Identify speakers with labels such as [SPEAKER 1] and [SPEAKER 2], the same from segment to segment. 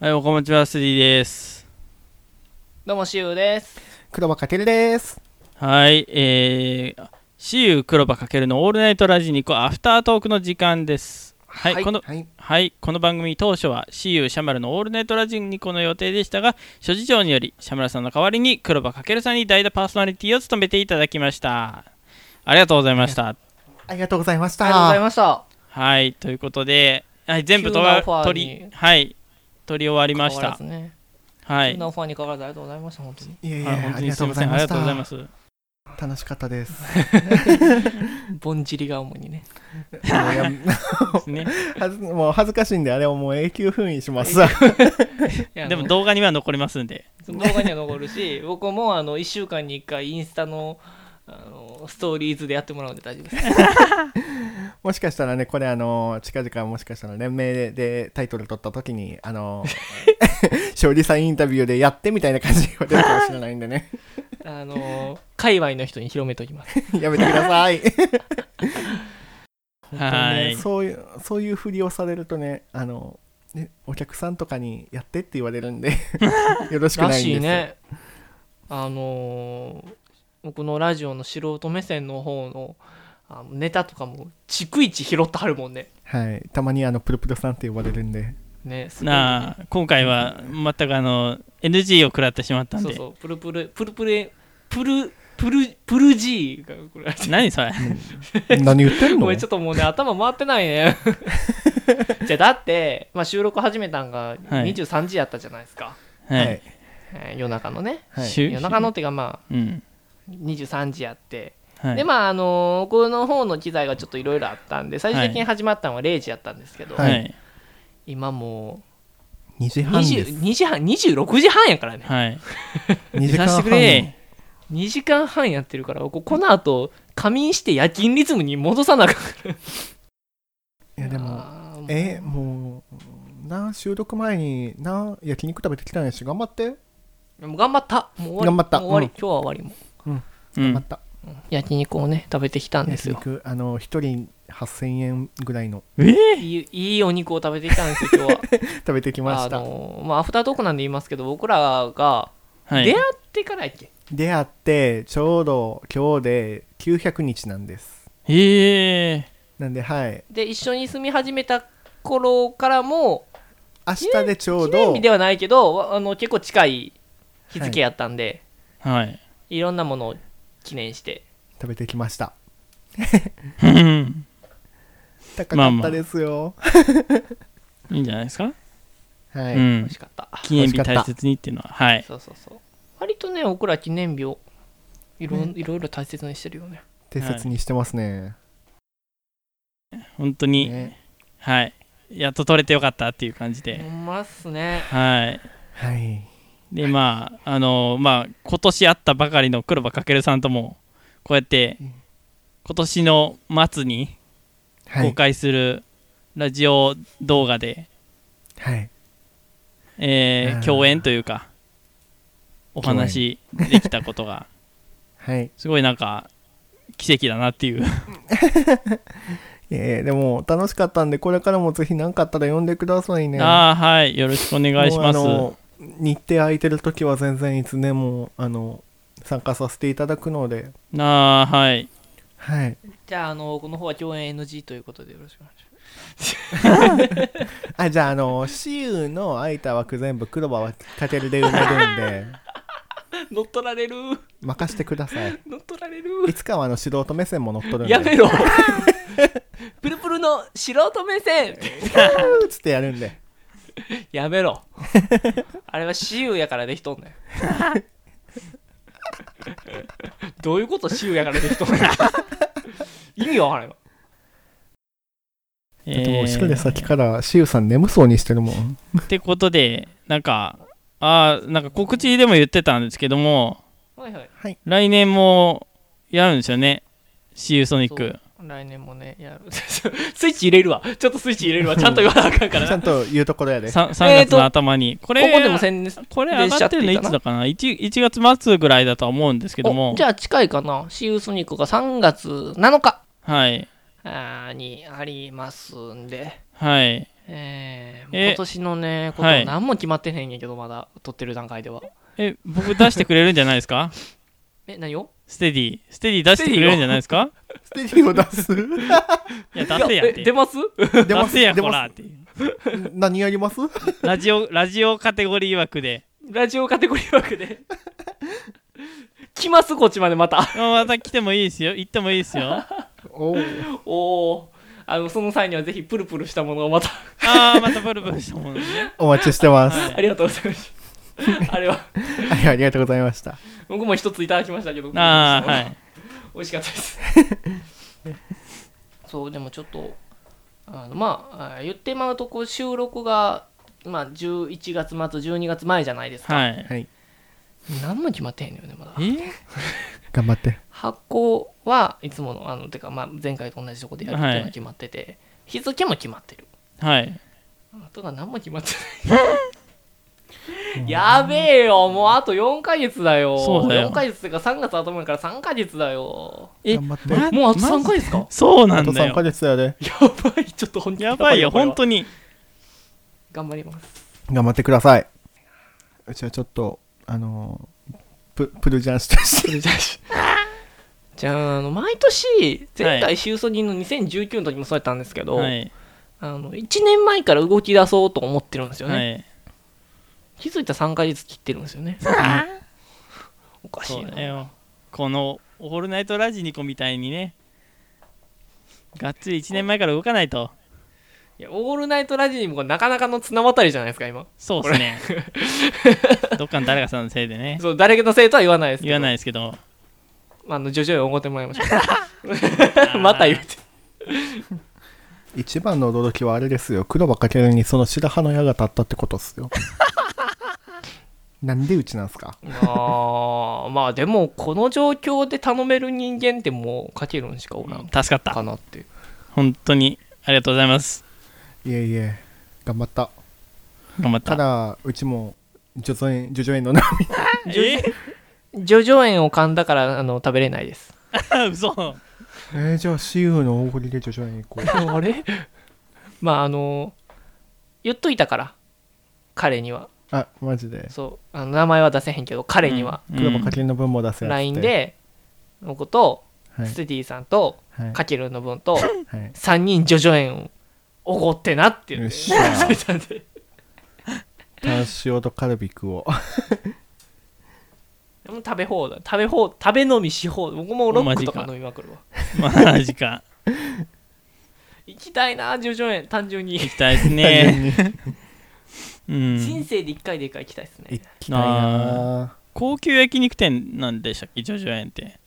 [SPEAKER 1] はい、岡本は3です。
[SPEAKER 2] どうもしゅうです。
[SPEAKER 3] 黒羽かけるです。
[SPEAKER 1] はい、えー、シユ黒羽るのオールナイトラジニコアフタートークの時間です。はい、
[SPEAKER 2] はい
[SPEAKER 1] この
[SPEAKER 3] はい。
[SPEAKER 1] はい、この番組当初はシユシャマルのオールナイトラジニコの予定でしたが、諸事情によりシャマルさんの代わりに黒羽るさんに代打パーソナリティを務めていただきました。ありがとうございました。
[SPEAKER 3] ありがとうございまし
[SPEAKER 2] あ
[SPEAKER 3] た。
[SPEAKER 2] りがとうございました。
[SPEAKER 1] はい、ということで、はい、全部と
[SPEAKER 2] 急なオファー
[SPEAKER 1] 取り
[SPEAKER 2] に、
[SPEAKER 1] はい、取り終わりまし
[SPEAKER 2] 変わら
[SPEAKER 1] た
[SPEAKER 2] ず。ね。
[SPEAKER 1] は
[SPEAKER 2] そ
[SPEAKER 1] い
[SPEAKER 2] ん。なファンに変わらずありがとうございました、本 当に。
[SPEAKER 3] いえいえ、
[SPEAKER 1] あ本
[SPEAKER 3] あ
[SPEAKER 1] 当
[SPEAKER 3] り
[SPEAKER 1] に
[SPEAKER 3] が
[SPEAKER 1] す
[SPEAKER 3] とう
[SPEAKER 1] みませ
[SPEAKER 3] ござい
[SPEAKER 1] ん。あ
[SPEAKER 3] ま
[SPEAKER 1] りが
[SPEAKER 3] し
[SPEAKER 1] とうござい
[SPEAKER 3] た
[SPEAKER 1] ま。す。
[SPEAKER 3] 楽しかったです。
[SPEAKER 2] ぼんじりが主にね。
[SPEAKER 3] もう や
[SPEAKER 1] ですね。
[SPEAKER 3] はずもう恥ずかしいんで、あれはもう永久封印します。
[SPEAKER 2] いや
[SPEAKER 1] でも
[SPEAKER 2] あの
[SPEAKER 1] 動画には残りますんで。
[SPEAKER 2] 動画には残るし、僕もあの1週間に1回インスタのあのストーリーズでやってもらうので大丈夫です。
[SPEAKER 3] もしかしたらね、これあの、近々もしかしたら連名でタイトル取った時に、あの、勝利さんインタビューでやってみたいな感じが出るかもしれないんでね。
[SPEAKER 2] あの、界隈の人に広めておきます。
[SPEAKER 3] やめてください。本当にね
[SPEAKER 1] はい
[SPEAKER 3] そういう、そういうふりをされるとね、あの、ね、お客さんとかにやってって言われるん で、よろしく
[SPEAKER 2] ら
[SPEAKER 3] ないんです
[SPEAKER 2] し
[SPEAKER 3] よ
[SPEAKER 2] い。ね。あの、僕のラジオの素人目線の方のあのネタとかも逐一拾ってはるもんね。
[SPEAKER 3] はい、たまにあのプルプルさんって呼ばれるんで、
[SPEAKER 2] ね、すごいよね
[SPEAKER 1] なあ今回は全くあの NG を食らってしまったん
[SPEAKER 2] そう
[SPEAKER 1] で
[SPEAKER 2] そうプルプルプルプルプルプルプル G がこれ
[SPEAKER 1] 何それ
[SPEAKER 3] 何言ってん
[SPEAKER 2] ご
[SPEAKER 3] の
[SPEAKER 2] めんちょっともうね頭回ってな いねじゃあだって、まあ、収録始めたんが
[SPEAKER 1] はい
[SPEAKER 2] 23時やったじゃないですか、
[SPEAKER 3] は
[SPEAKER 1] はい
[SPEAKER 3] い、
[SPEAKER 2] えー夜中のね
[SPEAKER 3] はい
[SPEAKER 1] 週
[SPEAKER 2] 夜中のっていうかまあ
[SPEAKER 1] うん
[SPEAKER 2] 23時やって、
[SPEAKER 1] はい
[SPEAKER 2] でまああのーこの方の機材がちょっといろいろあったんで最終的に始まったのは0時やったんですけど、
[SPEAKER 3] はい
[SPEAKER 1] はい
[SPEAKER 2] 今も
[SPEAKER 3] 2時
[SPEAKER 2] う
[SPEAKER 3] 半で
[SPEAKER 2] 20, 2時半26時半やからね
[SPEAKER 1] はい
[SPEAKER 3] 2時
[SPEAKER 1] い
[SPEAKER 3] 間
[SPEAKER 1] させ
[SPEAKER 3] 半
[SPEAKER 1] てくれ
[SPEAKER 2] 2時間半やってるからここの後仮眠して夜勤リズムに戻さなあかん
[SPEAKER 3] いやでも
[SPEAKER 2] あーもう
[SPEAKER 3] えもうな収録前にな焼肉食べてきたんやし頑張って
[SPEAKER 2] もう頑張ったもう終わり
[SPEAKER 3] 頑張った
[SPEAKER 2] もう終わり、
[SPEAKER 3] うん
[SPEAKER 2] 今日は終わりも
[SPEAKER 1] う
[SPEAKER 3] 頑
[SPEAKER 1] ん
[SPEAKER 3] 張った、
[SPEAKER 2] う焼肉をね食べてきたんです
[SPEAKER 3] 焼
[SPEAKER 2] よ
[SPEAKER 3] 肉あの1人8000円ぐらいの
[SPEAKER 1] えー
[SPEAKER 2] いい いいお肉を食べてきたんですよ今日は
[SPEAKER 3] 食べてきまし
[SPEAKER 2] あ
[SPEAKER 3] た
[SPEAKER 2] のーまあアフタートークなんで言いますけど僕らが
[SPEAKER 1] はい
[SPEAKER 2] 出会ってからやっけ、
[SPEAKER 3] 出会ってちょうど今日で900日なんです
[SPEAKER 1] えー
[SPEAKER 3] なんではい
[SPEAKER 2] で一緒に住み始めた頃からも
[SPEAKER 3] 明日でちょう
[SPEAKER 2] 記念
[SPEAKER 3] ど
[SPEAKER 2] 日ではないけどわあの結構近い日付やったんで、
[SPEAKER 1] はい
[SPEAKER 2] い、ろんなものを記念して
[SPEAKER 3] 食べてきました
[SPEAKER 1] うん
[SPEAKER 3] 高かったですよ、
[SPEAKER 1] いいんじゃないですか
[SPEAKER 3] はい、
[SPEAKER 1] うん
[SPEAKER 2] 美味しかった、
[SPEAKER 1] 記念日大切にっていうのははい
[SPEAKER 2] そうそうそう割とね僕ら記念日をいろ,、いろいろ大切にしてるよね
[SPEAKER 3] 手説にしてますね,、
[SPEAKER 1] 本当に
[SPEAKER 3] ね
[SPEAKER 1] はいやっと撮れてよかったっていう感じ
[SPEAKER 2] ほ
[SPEAKER 1] で
[SPEAKER 2] んまっすね
[SPEAKER 1] はい
[SPEAKER 3] はい
[SPEAKER 1] でまああのまあ今年会ったばかりの黒羽るさんともこうやって
[SPEAKER 3] うん
[SPEAKER 1] 今年の末に
[SPEAKER 3] は
[SPEAKER 1] 公
[SPEAKER 3] い
[SPEAKER 1] 開するラジオ動画で、
[SPEAKER 3] はい
[SPEAKER 1] え
[SPEAKER 3] あ
[SPEAKER 1] ー
[SPEAKER 3] ー
[SPEAKER 1] 共演というかお話できたことが
[SPEAKER 3] はい
[SPEAKER 1] すごいなんか奇跡だなっていう
[SPEAKER 3] えー、でも楽しかったんでこれからもぜひ何かあったら呼んでくださいね
[SPEAKER 1] ああはいよろしくお願いします
[SPEAKER 3] もうあの日程空いてる時は全然いつでもあの参加させていただくので
[SPEAKER 1] ああはい
[SPEAKER 3] はい
[SPEAKER 2] じゃああのこの方は共演 NG ということでよろしくお願いしま
[SPEAKER 3] あじゃああの私有の空いた枠全部黒羽はカテルで埋め るんです
[SPEAKER 2] 乗っ取られる
[SPEAKER 3] 任してください
[SPEAKER 2] 乗っ取られる
[SPEAKER 3] いつかはあの素人目線も乗っとるんで
[SPEAKER 2] やめろプルプルの素人目線
[SPEAKER 3] うーっつってやるんで
[SPEAKER 2] やめろあれは私有やからできとんねんどういうこと私有やからできとんねん意味わからんよ
[SPEAKER 3] だってもう後ろで
[SPEAKER 1] え
[SPEAKER 3] 先から私有さん眠そうにしてるもん
[SPEAKER 1] ーってことでなんかああなんか告知でも言ってたんですけども
[SPEAKER 2] はいはい
[SPEAKER 1] 来年もやるんですよね CU ソニック
[SPEAKER 2] 来年もねやる スイッチ入れるわちょっとスイッチ入れるわちゃんと言わなあかん
[SPEAKER 3] ち
[SPEAKER 2] からな
[SPEAKER 3] ゃ
[SPEAKER 2] こ
[SPEAKER 3] んと言うところやで
[SPEAKER 1] さ 3,
[SPEAKER 2] えー
[SPEAKER 1] 月
[SPEAKER 2] と
[SPEAKER 1] の頭に、こ
[SPEAKER 2] こ
[SPEAKER 1] れ
[SPEAKER 2] でも宣伝
[SPEAKER 1] これ上がってるのいつだかな 1, 1月末ぐらいだとは思うんですけども
[SPEAKER 2] おじゃあ近いかなシウソニックが3月7日
[SPEAKER 1] はい
[SPEAKER 2] あーにありますんで
[SPEAKER 1] はい
[SPEAKER 2] え
[SPEAKER 1] え
[SPEAKER 2] ー、今年のね、こと
[SPEAKER 1] はい
[SPEAKER 2] 何も決まってへんやけど、まだ撮ってる段階では。
[SPEAKER 1] え、僕出してくれるんじゃないですか
[SPEAKER 2] え、何を
[SPEAKER 1] ステディ。ステディ出してくれるんじゃないですか
[SPEAKER 3] ステディを出す
[SPEAKER 1] いや、出せやっ
[SPEAKER 2] いえ出
[SPEAKER 1] て。
[SPEAKER 2] ます
[SPEAKER 3] 出
[SPEAKER 1] 出
[SPEAKER 3] ます
[SPEAKER 1] せや、
[SPEAKER 3] 出
[SPEAKER 1] ほ
[SPEAKER 3] ます
[SPEAKER 1] らっていう。
[SPEAKER 3] 何やります
[SPEAKER 1] ラジオ、ラジオカテゴリー枠で。
[SPEAKER 2] ラジオカテゴリー枠で。 来ます、こっちまでまた。
[SPEAKER 1] まあまた来てもいいですよ。行ってもいいですよ。あ
[SPEAKER 3] おう
[SPEAKER 2] おお。あの、その際にはぜひプルプルしたものをまた。
[SPEAKER 1] あー、またブルブルした ものね。
[SPEAKER 3] お待ちしてます。
[SPEAKER 1] は
[SPEAKER 2] ありがとうございました。あれは、
[SPEAKER 3] はい、ありがとうございました。
[SPEAKER 2] 僕も一ついただきましたけど。
[SPEAKER 1] い。ああ、はい。
[SPEAKER 2] 美味しかったです そうでもちょっとあのまああー言ってまうとこう収録が、まあ、11月末12月前じゃないですか、
[SPEAKER 1] はい。
[SPEAKER 3] はい、
[SPEAKER 2] 何も決まってへんのよねまだ
[SPEAKER 1] え
[SPEAKER 3] 頑張って。
[SPEAKER 2] 発行はいつものあのてか、まあ、前回と同じとこでやるっていうの
[SPEAKER 1] は
[SPEAKER 2] が
[SPEAKER 1] い
[SPEAKER 2] 決まってて、日付も決まってる
[SPEAKER 1] はい。
[SPEAKER 2] あとが何も決まってない やべえよもうあと4ヶ月だよ
[SPEAKER 1] そうだよ
[SPEAKER 2] 4ヶ月っていうか3月頭やから3ヶ月だよ
[SPEAKER 1] え
[SPEAKER 3] 頑張って
[SPEAKER 1] ま
[SPEAKER 2] もうあと
[SPEAKER 1] ま
[SPEAKER 2] 3ヶ月か
[SPEAKER 1] そうな
[SPEAKER 3] あ
[SPEAKER 1] ん
[SPEAKER 3] と
[SPEAKER 1] だ
[SPEAKER 3] 3
[SPEAKER 1] よ
[SPEAKER 3] ヶ。月やで。
[SPEAKER 2] やばいちょっと本気
[SPEAKER 1] やばいよ、
[SPEAKER 2] これは
[SPEAKER 1] 本当に。
[SPEAKER 2] 頑張ります
[SPEAKER 3] 頑張ってください。うちはちょっと、あのプ、プルジャンしたし。
[SPEAKER 2] じゃああの毎年前回収束人の2019の時もそうやったんですけど、
[SPEAKER 1] はい。
[SPEAKER 2] あの1年前から動き出そうと思ってるんですよね、
[SPEAKER 1] はい。
[SPEAKER 2] 気づいたら3ヶ月切ってるんですよねおかし
[SPEAKER 1] そ
[SPEAKER 2] いうな
[SPEAKER 1] だよ。この、オールナイトラジニコみたいにね、がっつり1年前から動かないと。
[SPEAKER 2] いやオールナイトラジニもこれなかなかの綱渡りじゃないですか今
[SPEAKER 1] そうですね。どっかの誰かさんのせいでね。
[SPEAKER 2] そう誰のせいとは言わないですけど
[SPEAKER 1] 言わないですけど。
[SPEAKER 2] あの徐々におごってもらいましょ う また言うて
[SPEAKER 3] 一番の驚きはあれですよ。黒羽かけるにその白羽の矢が立ったってことっす よ。なんでうちなんすか
[SPEAKER 2] あーまあでもこの状況で頼める人間ってもうかけるんしかおらん
[SPEAKER 1] 助かった
[SPEAKER 2] か。なって
[SPEAKER 1] 本当に、ありがとうございます。
[SPEAKER 3] いえいえ、頑張った。
[SPEAKER 1] 頑張ったた。
[SPEAKER 3] だ、うちも、叙々苑、叙々苑の波。
[SPEAKER 1] え
[SPEAKER 2] 叙々苑を噛んだからあの食べれないです
[SPEAKER 1] 嘘。
[SPEAKER 3] えー、じゃあ、シーの大堀で叙々苑行こう。
[SPEAKER 2] あれまああの言っといたから彼には
[SPEAKER 3] あ、マジで。
[SPEAKER 2] そうあの名前は出せへんけど彼には
[SPEAKER 1] うん
[SPEAKER 3] 黒羽かけるの分も出せやつって
[SPEAKER 2] LINE。で僕と
[SPEAKER 3] はい
[SPEAKER 2] ス。テディさんと
[SPEAKER 3] はい。
[SPEAKER 2] かけるの分と
[SPEAKER 3] はい。
[SPEAKER 2] 3人叙々苑をおごってなって
[SPEAKER 3] よ
[SPEAKER 2] 言
[SPEAKER 3] っ
[SPEAKER 2] って
[SPEAKER 3] しゃ。
[SPEAKER 2] 出たんで
[SPEAKER 3] タン塩とカルビ食おう。
[SPEAKER 2] でも食べ放題食べ放食べ飲みし放題僕もロックと
[SPEAKER 1] マジ
[SPEAKER 2] か
[SPEAKER 1] か
[SPEAKER 2] 飲みまくるわ
[SPEAKER 1] マジか。
[SPEAKER 2] 行きたいな叙々苑単純に
[SPEAKER 1] 行きたいですね。うん。
[SPEAKER 2] 人生で1回で1回行きたいですね
[SPEAKER 3] 行きたいな
[SPEAKER 1] 高級焼肉店なんでしたっけジョジョ園って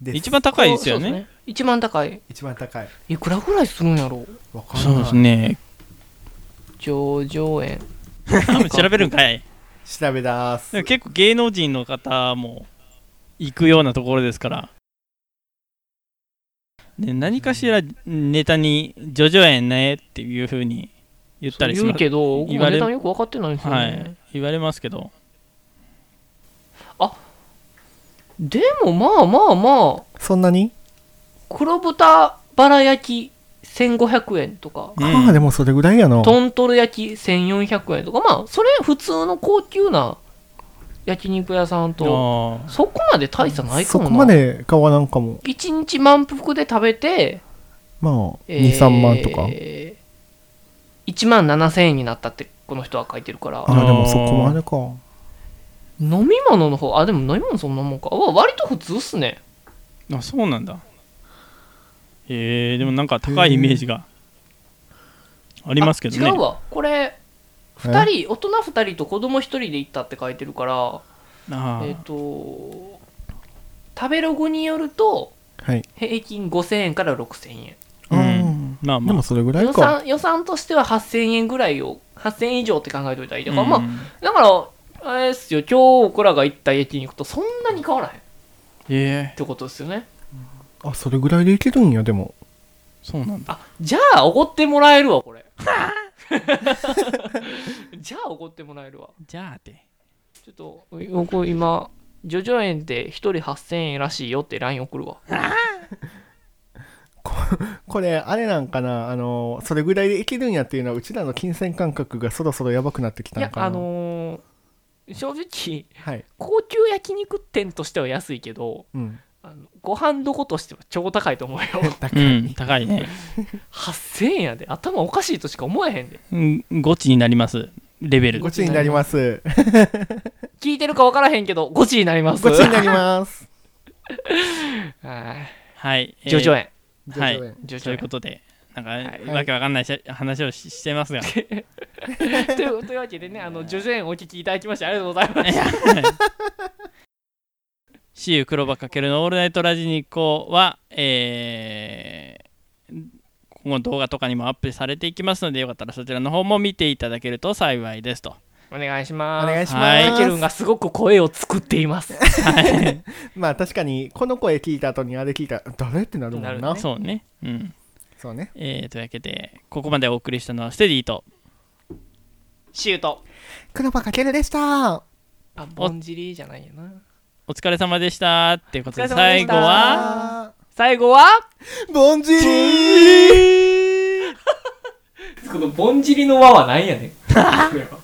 [SPEAKER 3] ーで
[SPEAKER 1] 一番高いですよ
[SPEAKER 2] そう
[SPEAKER 1] ね
[SPEAKER 2] す一番高い
[SPEAKER 3] 一番高い。
[SPEAKER 2] いくらぐらいするんやろう
[SPEAKER 3] わか
[SPEAKER 1] そ
[SPEAKER 3] ん
[SPEAKER 1] う
[SPEAKER 3] な
[SPEAKER 1] で
[SPEAKER 3] い。
[SPEAKER 1] すね
[SPEAKER 2] 上場園
[SPEAKER 1] 調べるんかい
[SPEAKER 3] 調べだーす
[SPEAKER 1] でも。結構芸能人の方も行くようなところですからで何かしらネタに「ジョジョ園ね」っていうふうに言ったりし
[SPEAKER 2] 言
[SPEAKER 1] ま
[SPEAKER 2] う
[SPEAKER 1] す
[SPEAKER 2] けど僕
[SPEAKER 1] 言
[SPEAKER 2] も
[SPEAKER 1] われ
[SPEAKER 2] 値段よく分かってないんですよね、
[SPEAKER 1] はい言われますけど
[SPEAKER 2] でもまあまあまあ
[SPEAKER 3] そんなに
[SPEAKER 2] 黒豚バラ焼き1500円とか
[SPEAKER 1] うん
[SPEAKER 3] ああ、でもそれぐらいやの。
[SPEAKER 2] 豚トロ焼き1400円とかまあそれ普通の高級な焼肉屋さんと
[SPEAKER 1] あ
[SPEAKER 2] そこまで大差ないか
[SPEAKER 3] そ
[SPEAKER 2] も
[SPEAKER 3] こ
[SPEAKER 2] な
[SPEAKER 3] まで買わなんかも。
[SPEAKER 2] 1日満腹で食べて、
[SPEAKER 3] まあ、2、3万とか。
[SPEAKER 2] えー、1万7000円になったってこの人は書いてるから
[SPEAKER 3] ああ、でもそこまでか。
[SPEAKER 2] 飲み物の方あでも飲み物そんなもんかうわ割と普通っすね
[SPEAKER 1] ーあそうなんだへえでもなんか高いイメージがありますけどね
[SPEAKER 2] あ違うわこれ二人大人2人と子供1人で行ったって書いてるから
[SPEAKER 1] あー
[SPEAKER 2] えっ、と食べログによると
[SPEAKER 3] はい。
[SPEAKER 2] 平均5000円から6000
[SPEAKER 1] う
[SPEAKER 2] 円
[SPEAKER 3] うん
[SPEAKER 1] ん。まあ
[SPEAKER 3] で
[SPEAKER 1] ま
[SPEAKER 3] も
[SPEAKER 1] あ
[SPEAKER 3] それぐらい
[SPEAKER 2] 予
[SPEAKER 3] か。
[SPEAKER 2] 算予算としては8000円ぐらいを8000円以上って考えておいたらいいだから、
[SPEAKER 1] う
[SPEAKER 2] ま
[SPEAKER 1] ん
[SPEAKER 2] あだからあれですよ今日僕らが行った焼肉とそんなに変わらへんっ
[SPEAKER 1] ええ
[SPEAKER 2] てことですよね
[SPEAKER 3] あ、それぐらいでいけるんや、でも。
[SPEAKER 1] そうなんだ
[SPEAKER 2] あじゃあおごってもらえるわ これ じゃあおごってもらえるわ
[SPEAKER 1] じゃあって
[SPEAKER 2] ちょっと僕今叙々苑で1人8000円らしいよって LINE 送るわ
[SPEAKER 3] ここれあれなんかなあのそれぐらいでいけるんやっていうのはうちらの金銭感覚がそろそろやばくなってきた
[SPEAKER 2] い
[SPEAKER 3] の
[SPEAKER 2] や
[SPEAKER 3] かな
[SPEAKER 2] あのー正直
[SPEAKER 3] はい、
[SPEAKER 2] 高級焼肉店としては安いけど
[SPEAKER 3] うん、
[SPEAKER 2] あのご飯どことしては超高いと思う よ
[SPEAKER 3] 高
[SPEAKER 1] う
[SPEAKER 3] い、
[SPEAKER 1] ん、高いね。
[SPEAKER 2] 8000円やで頭おかしいとしか思えへんで
[SPEAKER 1] うんゴチになります。レベル。
[SPEAKER 3] ごちになります
[SPEAKER 2] 聞いてるか分からへんけどごちになります
[SPEAKER 3] ごちになります
[SPEAKER 2] はい
[SPEAKER 1] はい。えー
[SPEAKER 2] 叙々苑
[SPEAKER 1] はい
[SPEAKER 3] 叙々苑
[SPEAKER 2] 叙
[SPEAKER 1] という
[SPEAKER 2] 々
[SPEAKER 1] ことで、なんか、
[SPEAKER 2] はい
[SPEAKER 1] わけわかんないし話をししてますが。い
[SPEAKER 2] 苑 というというわけでねあの叙々苑お聞きいただきましてありがとうございます
[SPEAKER 1] やシーユー黒羽かけるのオールナイトラジニコは、えー今後動画とかにもアップされていきますので、よかったらそちらの方も見ていただけると幸いですと。
[SPEAKER 2] お願いし
[SPEAKER 3] お
[SPEAKER 2] ます
[SPEAKER 3] 願いします、
[SPEAKER 1] はい
[SPEAKER 2] マイケルンがすごく声を作っています
[SPEAKER 1] はい。
[SPEAKER 3] まあ確かにこの声聞いた後にあれ聞いたら誰ってなるもんな
[SPEAKER 2] なるね
[SPEAKER 1] そうね。うん。
[SPEAKER 3] そうね
[SPEAKER 1] えー、というわけで、ここまでお送りしたのはステディと、
[SPEAKER 2] シュート
[SPEAKER 3] 黒羽かけるでした
[SPEAKER 2] あぼんじりじゃないよな
[SPEAKER 1] お疲れ様でしたっていうことで、
[SPEAKER 2] お疲
[SPEAKER 1] 最
[SPEAKER 2] れ様でし
[SPEAKER 1] 後
[SPEAKER 2] た
[SPEAKER 1] は、
[SPEAKER 3] あ
[SPEAKER 2] 最後 は
[SPEAKER 3] ーボンジリー
[SPEAKER 2] このぼんじりの輪は何やねんこれは